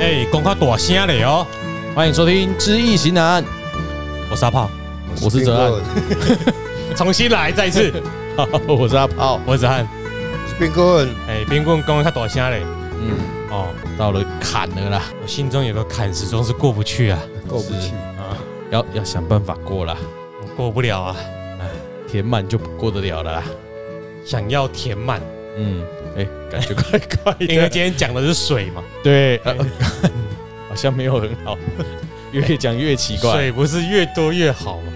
哎，讲较大声嘞哦！欢迎收听《知易行难》，我是阿炮，我是泽安，重新来，再一次。好 我是阿炮，好，我是子翰。我是变棍，哎，边棍讲较大声嘞。嗯，哦，到了坎了啦，我心中有个坎，始终是过不去啊，够不起，啊，要要想办法过啦，我过不了啊。填满就不过得了了啦。想要填 满，嗯，哎，感觉怪怪因为的，今天讲的是水嘛， 对，呃好像没有很好， 越讲越奇怪。水不是越多越好吗？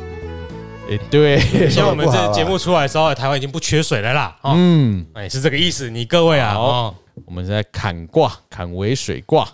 哎，对，啊像我们这节目出来的时候，台湾已经不缺水了啦。哦，嗯，哎，是这个意思。你各位啊，好哦，我们现在坎卦，坎为水卦，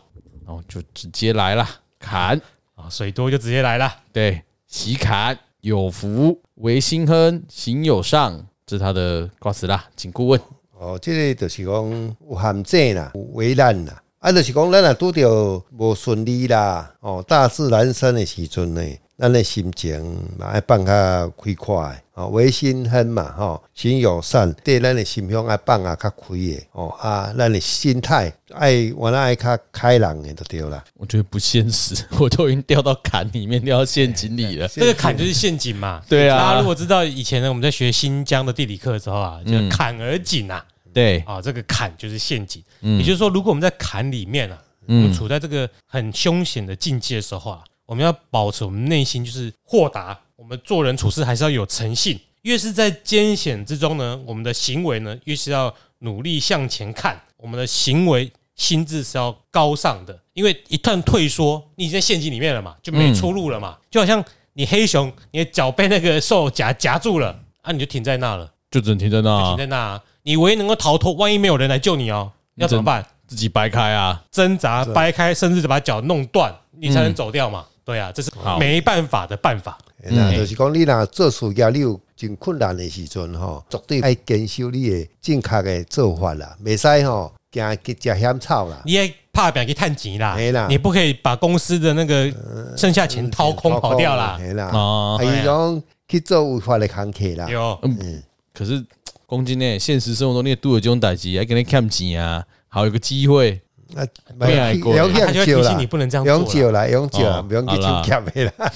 然后就直接来啦，坎，啊水多就直接来啦。对，喜坎有福，为心亨，行有上，这是他的卦辞啦，请顾问。哦，这个就是讲有陷阱啦，有危难啦，啊，就是讲咱若拄着无顺利啦，哦，大自然生的时阵呢，咱的心情嘛要放较开阔的，哦，为心亨嘛，吼、哦，心有善，对咱的心胸要放啊较开的，哦啊，咱的心态爱原来爱较开朗的就对啦，我觉得不现实，我都已经掉到坎里面，掉到陷阱里了。这个坎就是陷阱 嘛。对大家如啊，果知道以前呢，我们在学新疆的地理课的时候啊，就是坎儿井啊，对，啊，这个坎就是陷阱。也就是说，如果我们在坎里面啊，嗯我们处在这个很凶险的境界的时候啊，我们要保持我们内心就是豁达，我们做人处事还是要有诚信。越是在艰险之中呢，我们的行为呢，越是要努力向前看，我们的行为心智是要高尚的，因为一旦退缩，你已经在陷阱里面了嘛，就没嗯出路了嘛，就好像你黑熊，你的脚被那个兽夹夹住了啊，你就停在那了。就只能停在那、啊就停在那、啊你唯一能够逃脱，万一没有人来救你哦，要怎么办？自己掰开啊。挣扎、掰开，甚至把脚弄断，你才能走掉嘛。对啊，这是好没办法的办法。嗯、那就是讲你若做事业，你有真困难的时阵吼，绝对爱坚守你的正确的做法啦，袂使吼惊去食香草啦。你也怕表去探钱啦没啦，你不可以把公司的那个剩下钱掏空跑掉啦。哎嘿啦，哦还有讲去做违法的工课啦，啊有嗯可是公斤内，现实生活中你也拄有这种代志，还跟你欠钱啊，好有个机会，啊，没来过不他就会用去提啦醒你，不能这样不用做啦。借啦，不用借啦，哦不用去好啦抢劫的啦，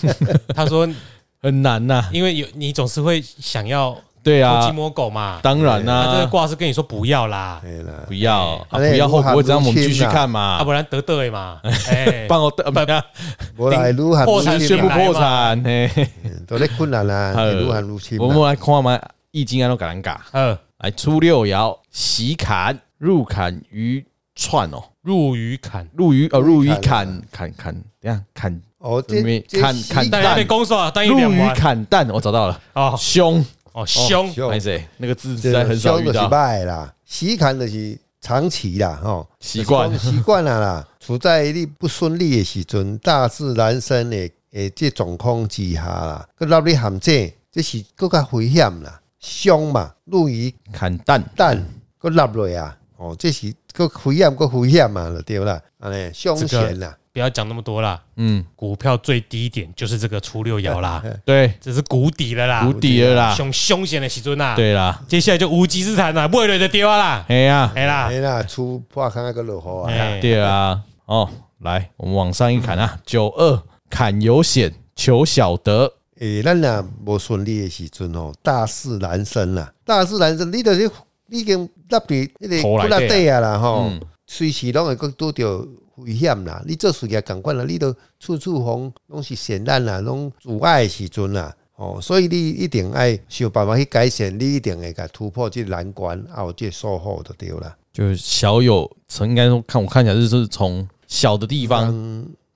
他说，很难呐、因为有你总是会想要对偷鸡啊，摸狗嘛。当然啦、那这个卦是跟你说不要啦，嘿啦不，要啊，哎不要后果会让我们继续看要嘛啊不。然得罪嘛。哎，帮我呃不要无啦，愈喊破产愈宣深布啦，破产嘿，嘿都咧困难啦，呃愈喊愈深我们啦，来看嘛，《易经》安都敢嘎，呃，来初六爻，喜坎入坎于串哦，入于坎，入于呃入于入于坎坎坎坎，等一下坎哦，这没这哦看是看大家被攻受啊，当一入两于完坎蛋，我找到了，哦凶，哦，凶凶哎谁？那个字这实在很少凶遇就是到，歹啦，习惯就是长期啦，吼，习惯就是讲习惯了 啦。处在你不顺利的时阵，大自然生的诶，这状况之下啦，佮落你陷阱，这是更较危险啦，凶嘛，入于坎蛋，蛋，佮落落啊，哦，这是佮危险，佮危险嘛，就对啦，安尼凶险啦，不要讲那么多啦。嗯，股票最低点就是这个初六爻啦，对，这是谷底了啦谷，底了啦，凶啊凶险的时阵啦，，对啦，接下来就无稽之谈啦，未来的丢啊啦，哎呀，哎啦哎，啦，出破看那个落雨啊，哎，对啊，哦，来，我们往上一砍啊，九二坎有险，求小得，诶、咱若无顺利的时阵吼，大事难生啦，大事难生，你就是你已经落伫迄个头内底啊落底啊啦吼嗯，随、时拢会搁拄着危险啦。你做事业共款啦，你都处处防拢是险难啦，拢阻碍的时阵啦。哦，所以你一定爱想办法去改善，你一定会甲突破这个难关，啊，有这个收获就对啦。就是小有成，应该说看我看起来就是从小的地方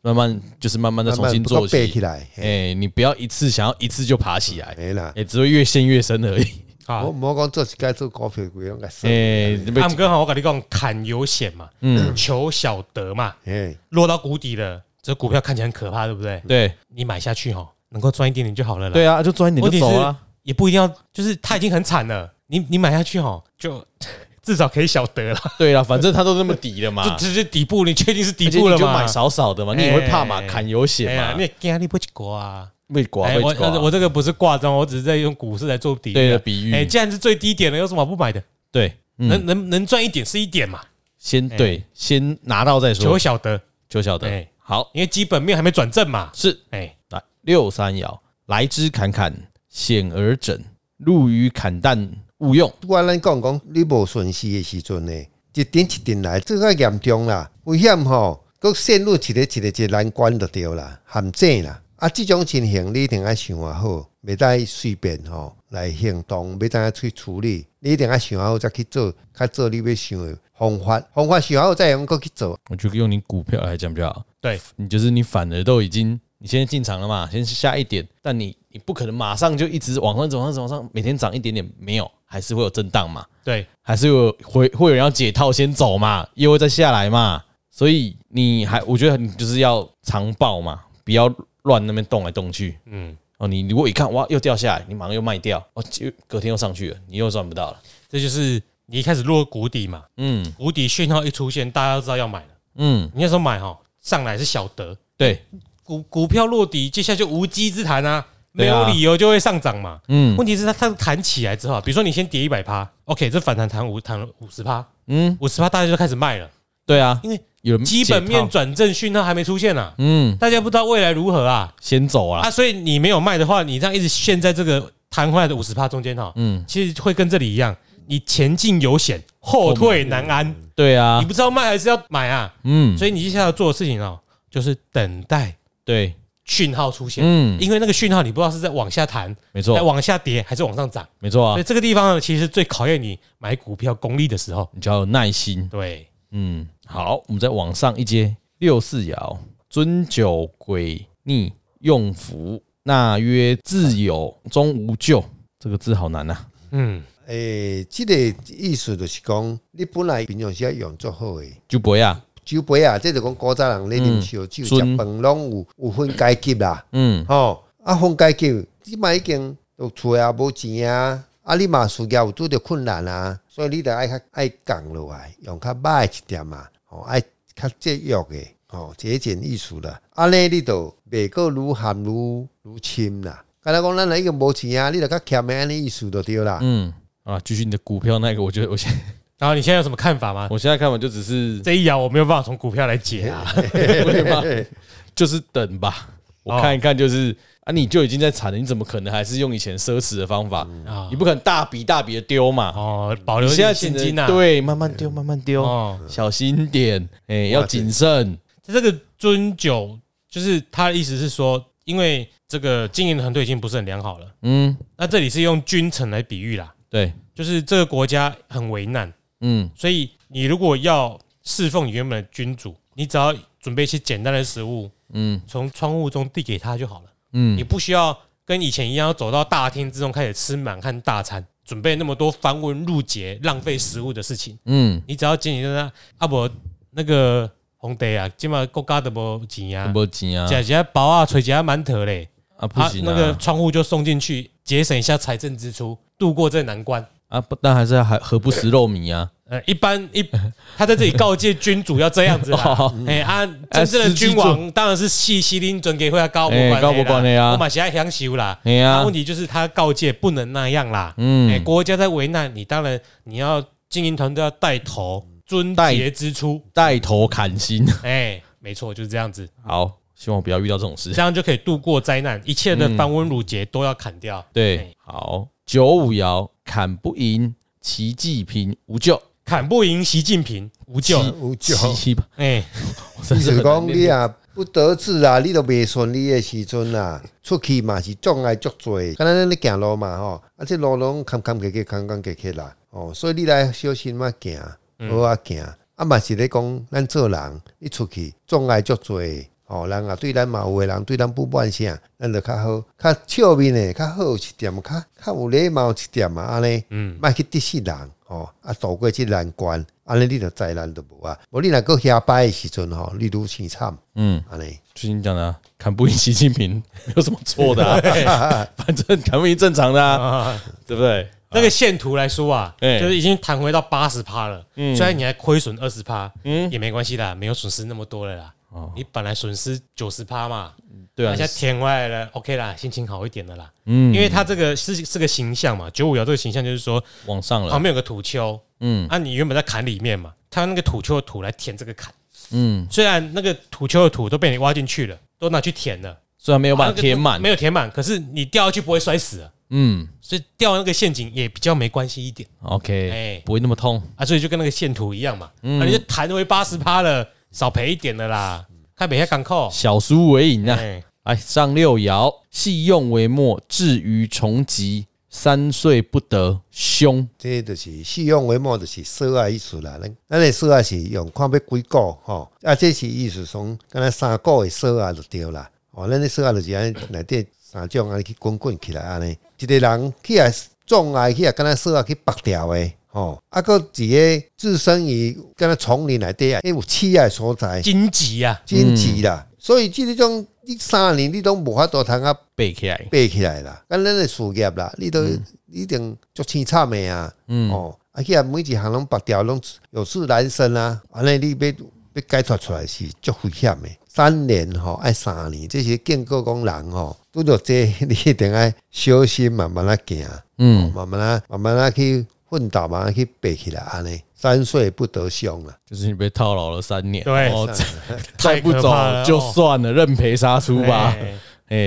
慢慢就是慢慢的重新慢慢做搁爬起起，来，嘿哎，你不要一次想要一次就爬起来，没啦。哎，只会越陷越深而已，好啊我，莫讲做一该做股票，规拢甲死。哎，你哦被阿姆哥好，我跟你讲，砍有险嘛，嗯，求小得嘛，嘿，落到谷底了，这股票看起来很可怕，对不对？对你买下去哈，能够赚一点点就好了啦，对啊，就赚一点问就题走是啊，也不一定要，就是他已经很惨了，你你买下去哈，就 至少可以小得了，对啦，反正他都那么底了嘛， 这这是底部，你确定是底啊而且部了你就嘛买？少少的嘛，你也会怕嘛，哎砍有哎险呀嘛，，你压力不去国啊。被刮哎，被我刮我，我这个不是挂钟，我只是在用股市来做比喻对的比喻哎，既然是最低点了，有什么好不买的？对，嗯哎能能能赚一点是一点嘛，先对先拿到再求说，小得。就晓得哎。好，因为基本面还没转正嘛。是哎，来六三爻，来之侃侃，显而整，入于砍淡，勿用。我咱讲讲，你无顺势的时阵呢，一点一点来，这个严重啦，危险吼，佮陷入一个一个一个难关就对啦，陷阱啦。啊，即种情形你一定要想啊好，袂当随便吼来行动，袂当去处理，你一定要想好再去做，较做你要想的方法，方法想好再用佮去做。我就用你股票来讲比较好。对，你就是你反而都已经，你现在进场了嘛，先下一点，但你你不可能马上就一直往上走，往上走，往上，每天涨一点点，没有，还是会有震荡嘛，对，还是有会会有人要解套先走嘛，又会再下来嘛，所以你还我觉得你就是要长抱嘛，不要乱那边动来动去。嗯，哦，你如果一看哇又掉下来，你马上又卖掉，哦，就隔天又上去了，你又赚不到了。这就是你一开始落谷底嘛，嗯谷底讯号一出现，大家都知道要买了。嗯，你那时候买哈，上来是小德，对，股股票落底，接下来就无稽之谈啊，没对有啊理由就会上涨嘛。嗯问题是它它弹起来之后啊，比如说你先跌一百趴，OK，这反弹弹五弹了五十趴，嗯，五十趴大家就开始卖了，对啊，因为有人基本解面套，转正讯号还没出现啊，嗯，大家不知道未来如何啊先走啊啊，，所以你没有卖的话，你这样一直陷在这个弹回来的五十趴中间哈，嗯，其实会跟这里一样，你前进有险，后退难安，对啊你，不知道卖还是要买啊，嗯，所以你接下来要做的事情哦，就是等待对，讯号出现。嗯，因为那个讯号你不知道是在往下弹、没在错，往下跌还是往上涨，没错哎所啊以，这个地方呢，其实最考验你买股票功力的时候。你就要有耐心。对，嗯，好，我们再往上一阶，六四爻，尊九鬼逆用符，那曰自有终无咎。这个字好难呐、啊嗯，诶、即、个意思就是讲，你本来平常时要用足好诶。就不呀，酒杯啊，这就讲古早人咧啉烧酒、食嗯饭拢有有分阶级啦，嗯，吼、啊分阶级，你嘛已经有厝啊无钱啊，啊你嘛事业有拄着困难啊，所以你得爱较爱降落来，用较歹一点啊，吼、爱较节约诶，吼、节俭意思啦，安尼你就袂过愈陷愈愈深啦。敢若讲咱若已经无钱啊，你就较欠诶安尼意思就对啦。嗯，啊，继续你的股票那个，我觉得我 现然后你现在有什么看法吗？我现在看完就只是这一爻我没有办法从股票来解 啊。对吗？就是等吧，哦我看一看，就是、啊，你就已经在惨了，你怎么可能还是用以前奢侈的方法？啊你不可能大笔大笔的丢嘛，哦，保留你一现在些现只能金呐。啊对，慢慢丢，慢慢丢，哦，小心点，哎、要谨慎，这个尊酒就是他的意思是说，因为这个经营团队已经不是很良好了，嗯，那这里是用君臣来比喻啦，对，就是这个国家很为难，嗯，所以你如果要侍奉你原本的君主，你只要准备一些简单的食物，嗯，从窗户中递给他就好了，嗯你不需要跟以前一样要走到大厅之中开始吃满汉大餐，准备那么多繁文缛节、浪费食物的事情，嗯，你只要简简单单啊不那个红地啊，今嘛国家都无钱啊，不急啊，假些包啊，垂些馒头嘞，啊，不行那个啊，窗户就送进去，节省一下财政支出，度过这难关。啊，不，但还是要还何不食肉糜啊？呃，一般 一他在这里告诫君主要这样子啦。哦，哎、啊，真正的君哎实王当然是细西林准给会要高哎官，高不管的啊我马来享受啦。哎那、呀啊问，题就是他告诫不能那样啦。哎、嗯，国家在为难你，当然你要经营团队要带头，尊带节支出。带头砍薪， 哎、没错，就是这样子，好，希望我不要遇到这种事。这样就可以度过灾难，一切嗯的繁文缛节都要砍掉。对哎，好，九五爻砍不赢，奇迹平无救，砍不赢习近平，无救。有奇酒迹吧，哎、意思讲你啊不得志啦，你都袂顺利的时阵啦，出去嘛是障碍足多的。敢若咱咧行路嘛吼，啊这路拢坎坎坷坷，坎坎坷坷啦。哦，所以你来小心嘛行，好啊行。啊嘛是咧讲咱做人，你出去障碍足多的。哦，人啊对咱嘛有诶人对咱不满啥，咱就较好，较笑面诶，较好一点，较较有礼貌一点嘛安尼。嗯，莫去得死人吼，啊，度过即难关，安尼你就灾难就无啊。无你若搁遐摆诶时阵吼，你愈凄惨嗯，安尼。就是你讲的、啊，砍不赢习近平 没有什么错 的、啊， 反正砍不赢正常的、啊，对不对？那个线图来说啊，哎就是已经弹回到八十趴了。嗯虽然你还亏损二十趴，嗯也没关系啦，没有损失那么多了啦。哦你本来损失九十趴嘛，对啊那，现在填回来了，OK 啦，心情好一点了啦。嗯，因为它这个是是个形象嘛，九五爻这个形象就是说往上了旁，边有个土丘，嗯啊，你原本在坎里面嘛，它用那个土丘的土来填这个坎，嗯，虽然那个土丘的土都被你挖进去了，都拿去填了，虽然没有把把它填满没，有填满，可是你掉下去不会摔死啊，嗯所以掉那个陷阱也比较没关系一点。 ，OK，哎不会那么痛，啊，所以就跟那个线图一样嘛，嗯啊，你就弹回八十趴了，少赔一点的啦，看北下港口。小输为赢嗯啊。哎，来上六爻，戏用为末，至于重疾，三岁不得，凶。这就是四用为末，就是说啊意思啦。咱咱的说啊是用看要几个吼，啊，这是意思从敢若三个的说啊就对啦。哦，咱的说啊就是安尼内底三种安尼去滚滚起来安尼，一个人去啊撞啊去啊，敢若说啊去拔掉的吼，啊，搁一个置身于敢若丛林内底啊，迄有刺啊的所在，荆棘啊，真棘啦。嗯所以即种你三年你都无法度通啊背起来，爬起来啦，咱咱的事业啦，你都嗯一定足凄惨的啊！哦，啊，去啊，每一项拢白条拢有事难伸啊，安尼你要要解脱出来是足危险的。三年吼，爱三年，这是建构讲人吼，拄着这你一定爱小心慢慢啊行，嗯，慢慢啊慢慢啊去奋斗，慢慢啊去爬起来安尼。三岁不得凶啊！就是你被套牢了三年，对哦，再 再太不可走怕了就哦算了，认赔杀出吧。哎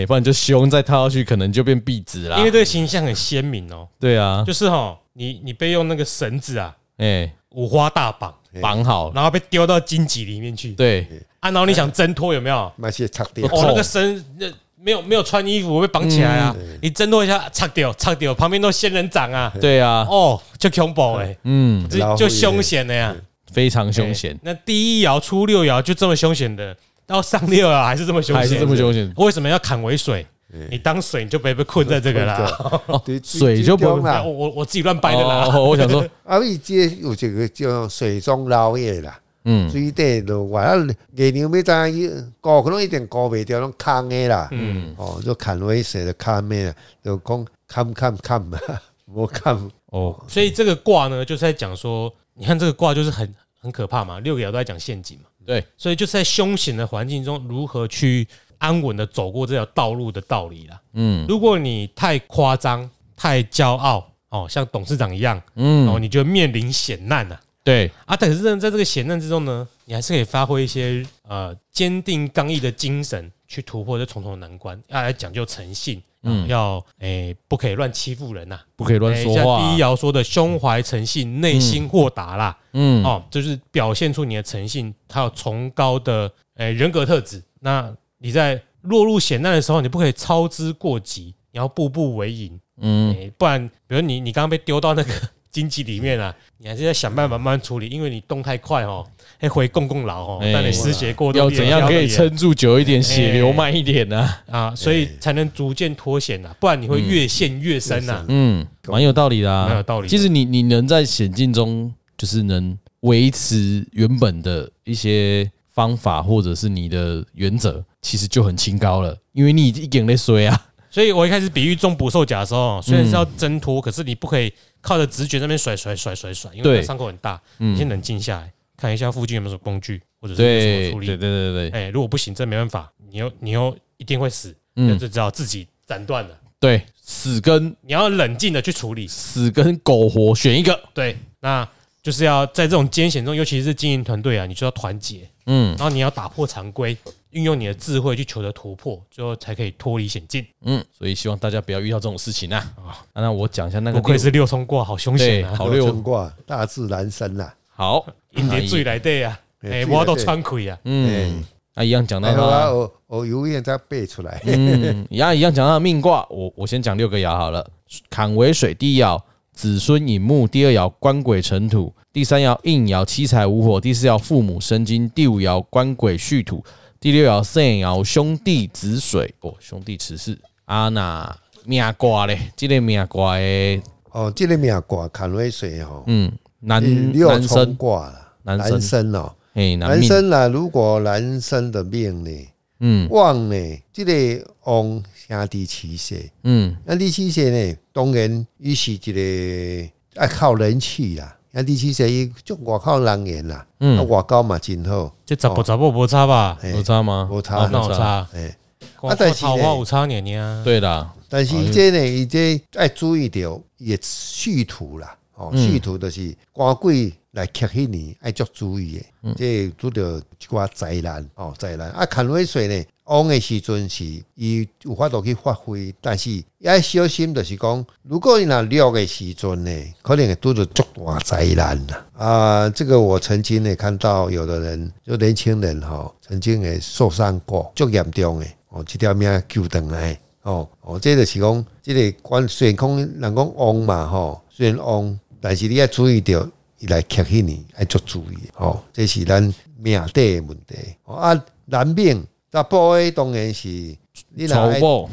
哎，不然就凶，再套下去可能就变壁纸啦因。为这个形象很鲜明哦，对啊，就是哦，你你被用那个绳子啊，哎，五花大绑，绑好，然后被丢到荆棘里面去对，啊，然后你想挣脱有没有？嘛是插掉哦，扣嗯那个绳那没有没有穿衣服被绑起来啊，你挣脱一下，擦掉擦掉，旁边都仙人掌啊，对啊，哦，就恐怖哎，嗯，就就凶险的呀，非常凶险哎，那第一爻出六爻就这么凶险的，到上六爻还是这么凶还是险这，么凶险。为什么要砍为水？你当水你就不会被困在这个啦。 对哦水就不中啦 我，我我自己乱哎掰的啦，哦，我 想说，啊，伊这有一个叫水中捞月啦。嗯，水底落外啊，月亮要怎样顾，可能一定顾袂掉，拢空的啦。嗯，哦，就砍威水就砍咩啦，就讲砍砍砍 嘛，无砍哦，所以这个卦呢就是在讲说，你看这个卦就是很很可怕嘛，六个爻都在讲陷阱嘛。对，所以就是在凶险的环境中，如何去安稳的走过这条道路的道理啦。嗯如果你太夸张、太骄傲哦，像董事长一样，哦，嗯，你就面临险难呐、啊。对，啊，但是呢，在这个险难之中呢，你还是可以发挥一些呃坚定刚毅的精神，去突破这重重的难关。要来讲究诚信，嗯，要诶、不可以乱欺负人呐、不可以乱诶说像话哎啊第一。爻说的胸怀诚信，内心豁达啦，嗯，哦，就是表现出你的诚信，还有崇高的诶、呃人格特质。那你在落入险难的时候，你不可以操之过急，你要步步为营，嗯，诶不然，比如你你刚刚被丢到那个 荆棘里面啊，你还是要想办法慢慢处理，因为你动太快哦，会回共共牢哦，哎但你失血过多要怎样可以撑住久一点，血流哎慢一点呢？啊？所哎以才能逐渐脱险啊呐，不然你会越陷越深啊呐、啊嗯，蛮有道理的、啊，蛮有道理的其实你你能在险境中，就是能维持原本的一些方法，或者是你的原则，其实就很清高了，因为你已经一点在衰啊。所以我一开始比喻中捕兽夹的时候，虽然是要挣脱，可是你不可以靠着直觉在那边甩甩甩甩甩，因为对它伤口很大。嗯你先冷静下来，看一下附近有没有什么工具，或者是有没有对什么处对理。对对对哎、如果不行，真没办法，你又你又一定会死，那嗯就只好自己斩断了。对，死跟你要冷静的去处理。死跟苟活选一个。对，那就是要在这种艰险中，尤其是经营团队啊，你就要团结，嗯然后你要打破常规，运用你的智慧去求得突破，最后才可以脱离险境。嗯，所以希望大家不要遇到这种事情啊。啊那我讲一下那个哦不愧六是六冲卦，好凶险对啊！好六中卦，大自然啊生啦。好，因那伫一水内底啊，哎哎，水我都内底穿开啊，嗯，那一样讲到然后他啊，我我永远再背出来。嗯，一样一样讲到命卦，我我先讲六个爻好了。坎为水，第一爻子孙引木；第二爻官鬼成土；第三爻应爻七财无火；第四爻父母生金；第五爻官鬼戌土；第六爻肾爻兄弟子水。哦，兄弟此事啊那命卦嘞，这个命卦诶，哦，这个命卦坎为水吼，嗯，男是六男冲生，卦啦，男生男生哦，哎，男男命，生啦，如果男生的命呢，嗯旺呢，这个旺兄弟起势。嗯那第七世呢，当然伊是一个爱靠人气啦。那第七世伊就外靠人缘啦，啊嗯，外交嘛真好，这查甫查某无差吧？哦哎有差吗？无差哦那有。差，哎，啊，但但是桃呢花有差年年啊，对啦，但是伊这呢，伊这爱注意着伊的续土啦，哦，仕途就是官贵来克迄年爱足注意的，即拄着一寡灾难哦，灾难啊，坎尾水呢，旺的时阵是伊有法度去发挥，但是要小心，就是讲，如果你若落的时阵呢，可能会拄着足大灾难啦。啊，这个我曾经呢看到有的人，就年轻人吼、曾经会受伤过，足严重的哦，即条命救回来的。哦哦，这就是讲，这个关虽然讲人讲旺嘛吼，虽然旺，但是你要注意到，伊来克迄你，要足注意的哦。这是咱命底的问题。哦啊，难免查甫的当然是你若丑爱某，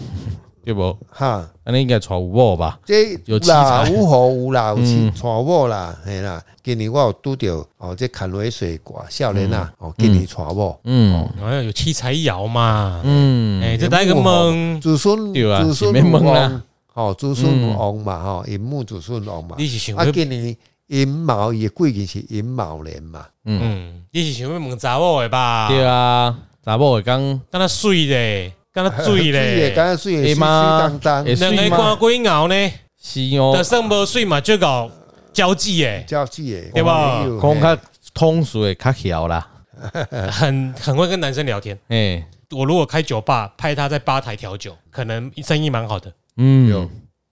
对不？哈，那你应该丑某吧？这有有七啦，彩有雨有 啦，有嗯是娶某啦，嘿啦。今年我有拄着哦，这坎雷水瓜少年啊，哦，今年娶某。嗯好哎像有七彩窑嘛，嗯，哎，这大家个梦，子孙对啊嗯子孙是免问有啦王，吼，子孙有王嘛，吼，银木子孙有王嘛，你是想啊，要，今年银毛伊的贵件是银毛年嘛，嗯，你是想要问查某的吧？对啊，查某会讲敢若水嘞，敢若水 水的嘞，刚刚水的会水水吗当当，会两哎个水吗官鬼熬呢，是哦但，算无水嘛，就搞交际诶，交际的，哦对吧我没有讲较通俗的较晓啦，哦很很会跟男生聊天。哎，我如果开酒吧，派他在吧台调酒，可能生意蛮好的。嗯，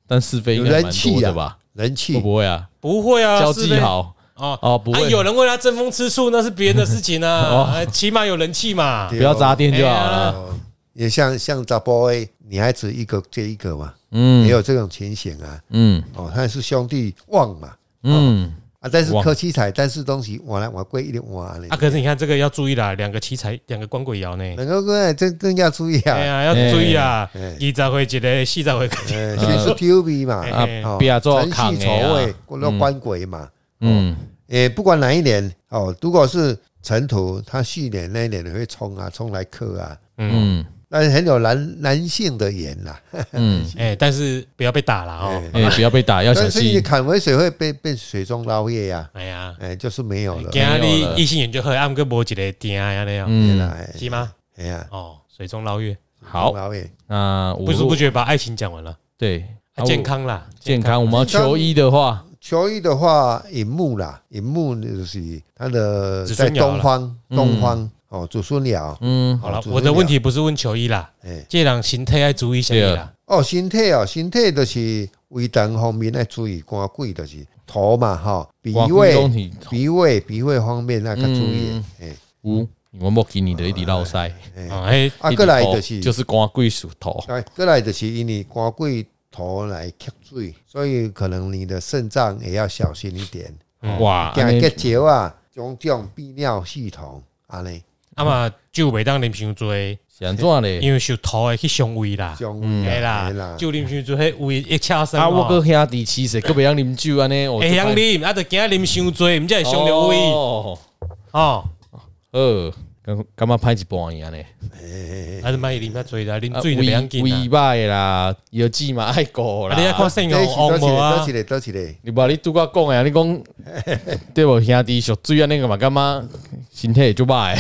但是非应该蛮多的吧？人会气不会啊？不会啊，交是际嘞好哦。哦，不啊，会，有人为他争风吃醋，那是别人的事情 哦啊，呃起码有人气嘛对。不要扎店就好哎了。呀哦也像像杂波诶，女孩子一个接一个嘛，也嗯有这种情形啊。嗯哦，他是兄弟旺嘛，哦嗯，啊，但是旺科七彩，但是东西换来换贵一点换嘞啊，，可是你看这个要注意啦，两个七彩，两个光鬼窑呢，能够过来真更加注意哎啊。呀，要注意啊，哎哎一再回一个，四再回一个，呃，先是 TUB 嘛，哦哎啊哎，不要做人扛气的丑啊位，，落官鬼嘛。哦嗯诶，呃不管哪一年哦，如果是尘土，他续年那一年会冲啊，冲来克啊，嗯，嗯但是很有男男性的眼啦。嗯，哎，但是不要被打了哦，哎哎，不要被打，要小但是你心。砍回水会被被水中捞月呀、哎呀，哎，就是没有了。今仔没有了你异性缘就好，暗个无一个定呀那样，哎嗯，啦哎是吗？哎呀，哦，水中捞月，好，捞月。那我不知不觉把爱情讲完了，对啊健康啦，健康，我们要健康求医的话，球衣的话，银木啦，银木就是它的子在孙鸟啦东方，东方、哦，祖孙鸟。嗯好了，祖孙我的问鸟题不是问球衣啦，哎这人心态要注意一下啊啦，哦，身体哦，身体就是胃肠方面要注意，肝贵就是头嘛哈、鼻刮骨胃中体鼻胃鼻胃方面那个注意嗯，哎、有，我莫给你的一滴落腮，哦，哎，啊，一直过来头就是就是光贵属头，哎，过来就是因为光贵头来吸水，所以可能你的肾脏也要小心一点，嗯哇，加安尼结节啊，种种泌尿系统安尼，啊嘛酒袂当啉伤多，是安怎啊嘞？因为受土的去伤胃啦，种哎啦，酒啉伤多，迄胃一掐生嗯啊，我哦哥兄弟七十，个袂晓啉酒安尼，我会晓啉，啊，就惊啉伤多，毋才会伤着胃哦，哦，呃，感感觉歹一半样嘞，啊，就莫啉遐多啦，啉啊水就袂要胃紧啦。歹啦，药剂嘛爱顾啊，你爱啦。看肾这是红红多起无来，啊多起？来，多起来，你啊把你拄我讲诶，你 讲对无兄弟属水安尼个嘛，感觉身体就歹，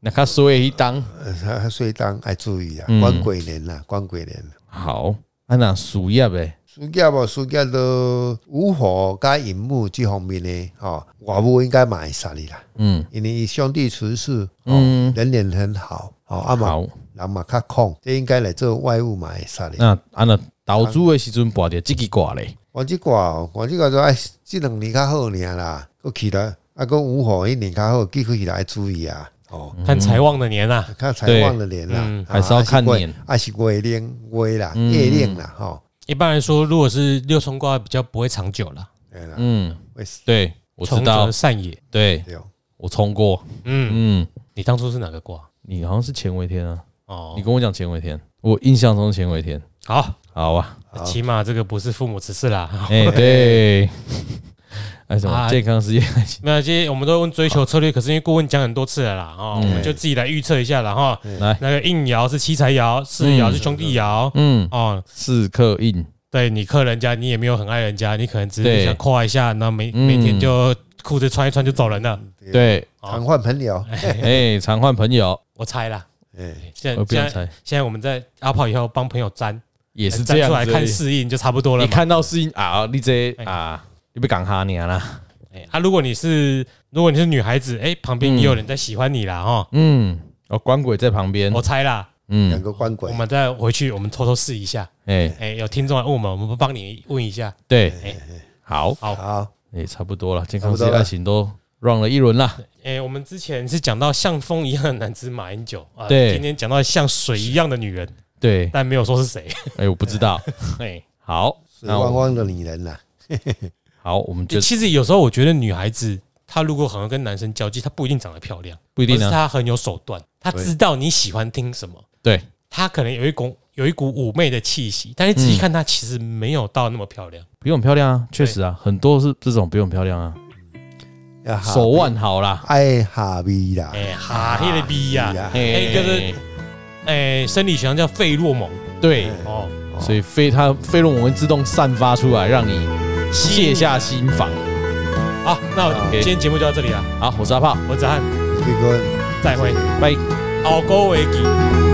那较衰迄当。呃所以当爱注意啊，嗯关鬼年啦，关鬼年。好，啊若事业诶，暑假无暑假都五火加银木这方面呢，哦，外母应该嘛会杀你啦，嗯因为他兄弟处事，哦，嗯，人缘很好，哦，阿嘛好，人嘛较空，这应该来做外务嘛会杀你。那啊若投资诶时阵跋着即支挂咧，我即挂哦，我即挂就爱即两年较好尔啦，佮其他啊佮五火一年较好，继续起来注意啊，哦，看财旺的年啊，看财旺的年啦对嗯，啊嗯还是要看嗯年，啊是月令月啦，月令啦，吼，一般来说，如果是六冲卦比较不会长久啦，对啦，嗯，会死对，我知冲道则，散也。对对哦，我冲过，嗯，嗯，你当初是哪个卦？你好像是前尾天啊，哦你，跟我讲前尾天，我印象中是前尾天，好，好啊，好起码这个不是父母指示啦。 哎对， 哎什么啊健康事业爱情，没有，这些我们都问追求策略，可是因为顾问讲很多次了啦，哦，嗯我们就自己来预测一下了哈。来，那个应爻是七财爻，四爻是兄弟爻，嗯，哦，刺客印，对你克人家，你也没有很爱人家，你可能只对是想夸一下，那每嗯每天就裤子穿一穿就走人了。对，好常换朋友，哎，常换朋友，我猜啦，哎。现在我不现用在猜，现在我们在阿炮以后帮朋友粘，也是这粘样出子来而看已，适应就差不多了你嘛。看到适应啊，你这哎啊，你别讲哈你啊啦，哎啊，如果你是如果你是女孩子，哎，旁边也有人在喜欢你啦，哈，嗯，哦，官鬼在旁边我，猜啦，两嗯，个官鬼我，们再回去我们偷偷试一下，哎，哎，有听众来问我们，我们帮你问一下，对哎，好，好，也差不多了，健差康不是多了爱情都 run 了一轮啦，哎，我们之前是讲到像风一样的男子马英九啊，对今天讲到像水一样的女人，对，但没有说是 谁，哎，我不 知道，哎，好，水那我汪们汪的女人啊呐，好，我们就其实有时候我觉得女孩子她如果好像跟男生交际，她不一定长得漂亮，不一而定是啊，她很有手段，她知道你喜欢听什么，对，她可能有一股有一股妩媚的气息，但是仔嗯细看她其实没有到那么漂亮。比我们漂亮啊，确实啊，很多是这种比我们漂亮啊，要下手腕好啦，爱哈密啦，哎、啊哈嘿的逼呀，呀，哎就是哎，生理学上叫费洛蒙对，哦，所以飞它费洛蒙会自动散发出来，让你卸下心防。好，那我今天节目就到这里了，好，我是阿炮，我是子翰，这个再会，拜。好，各位记。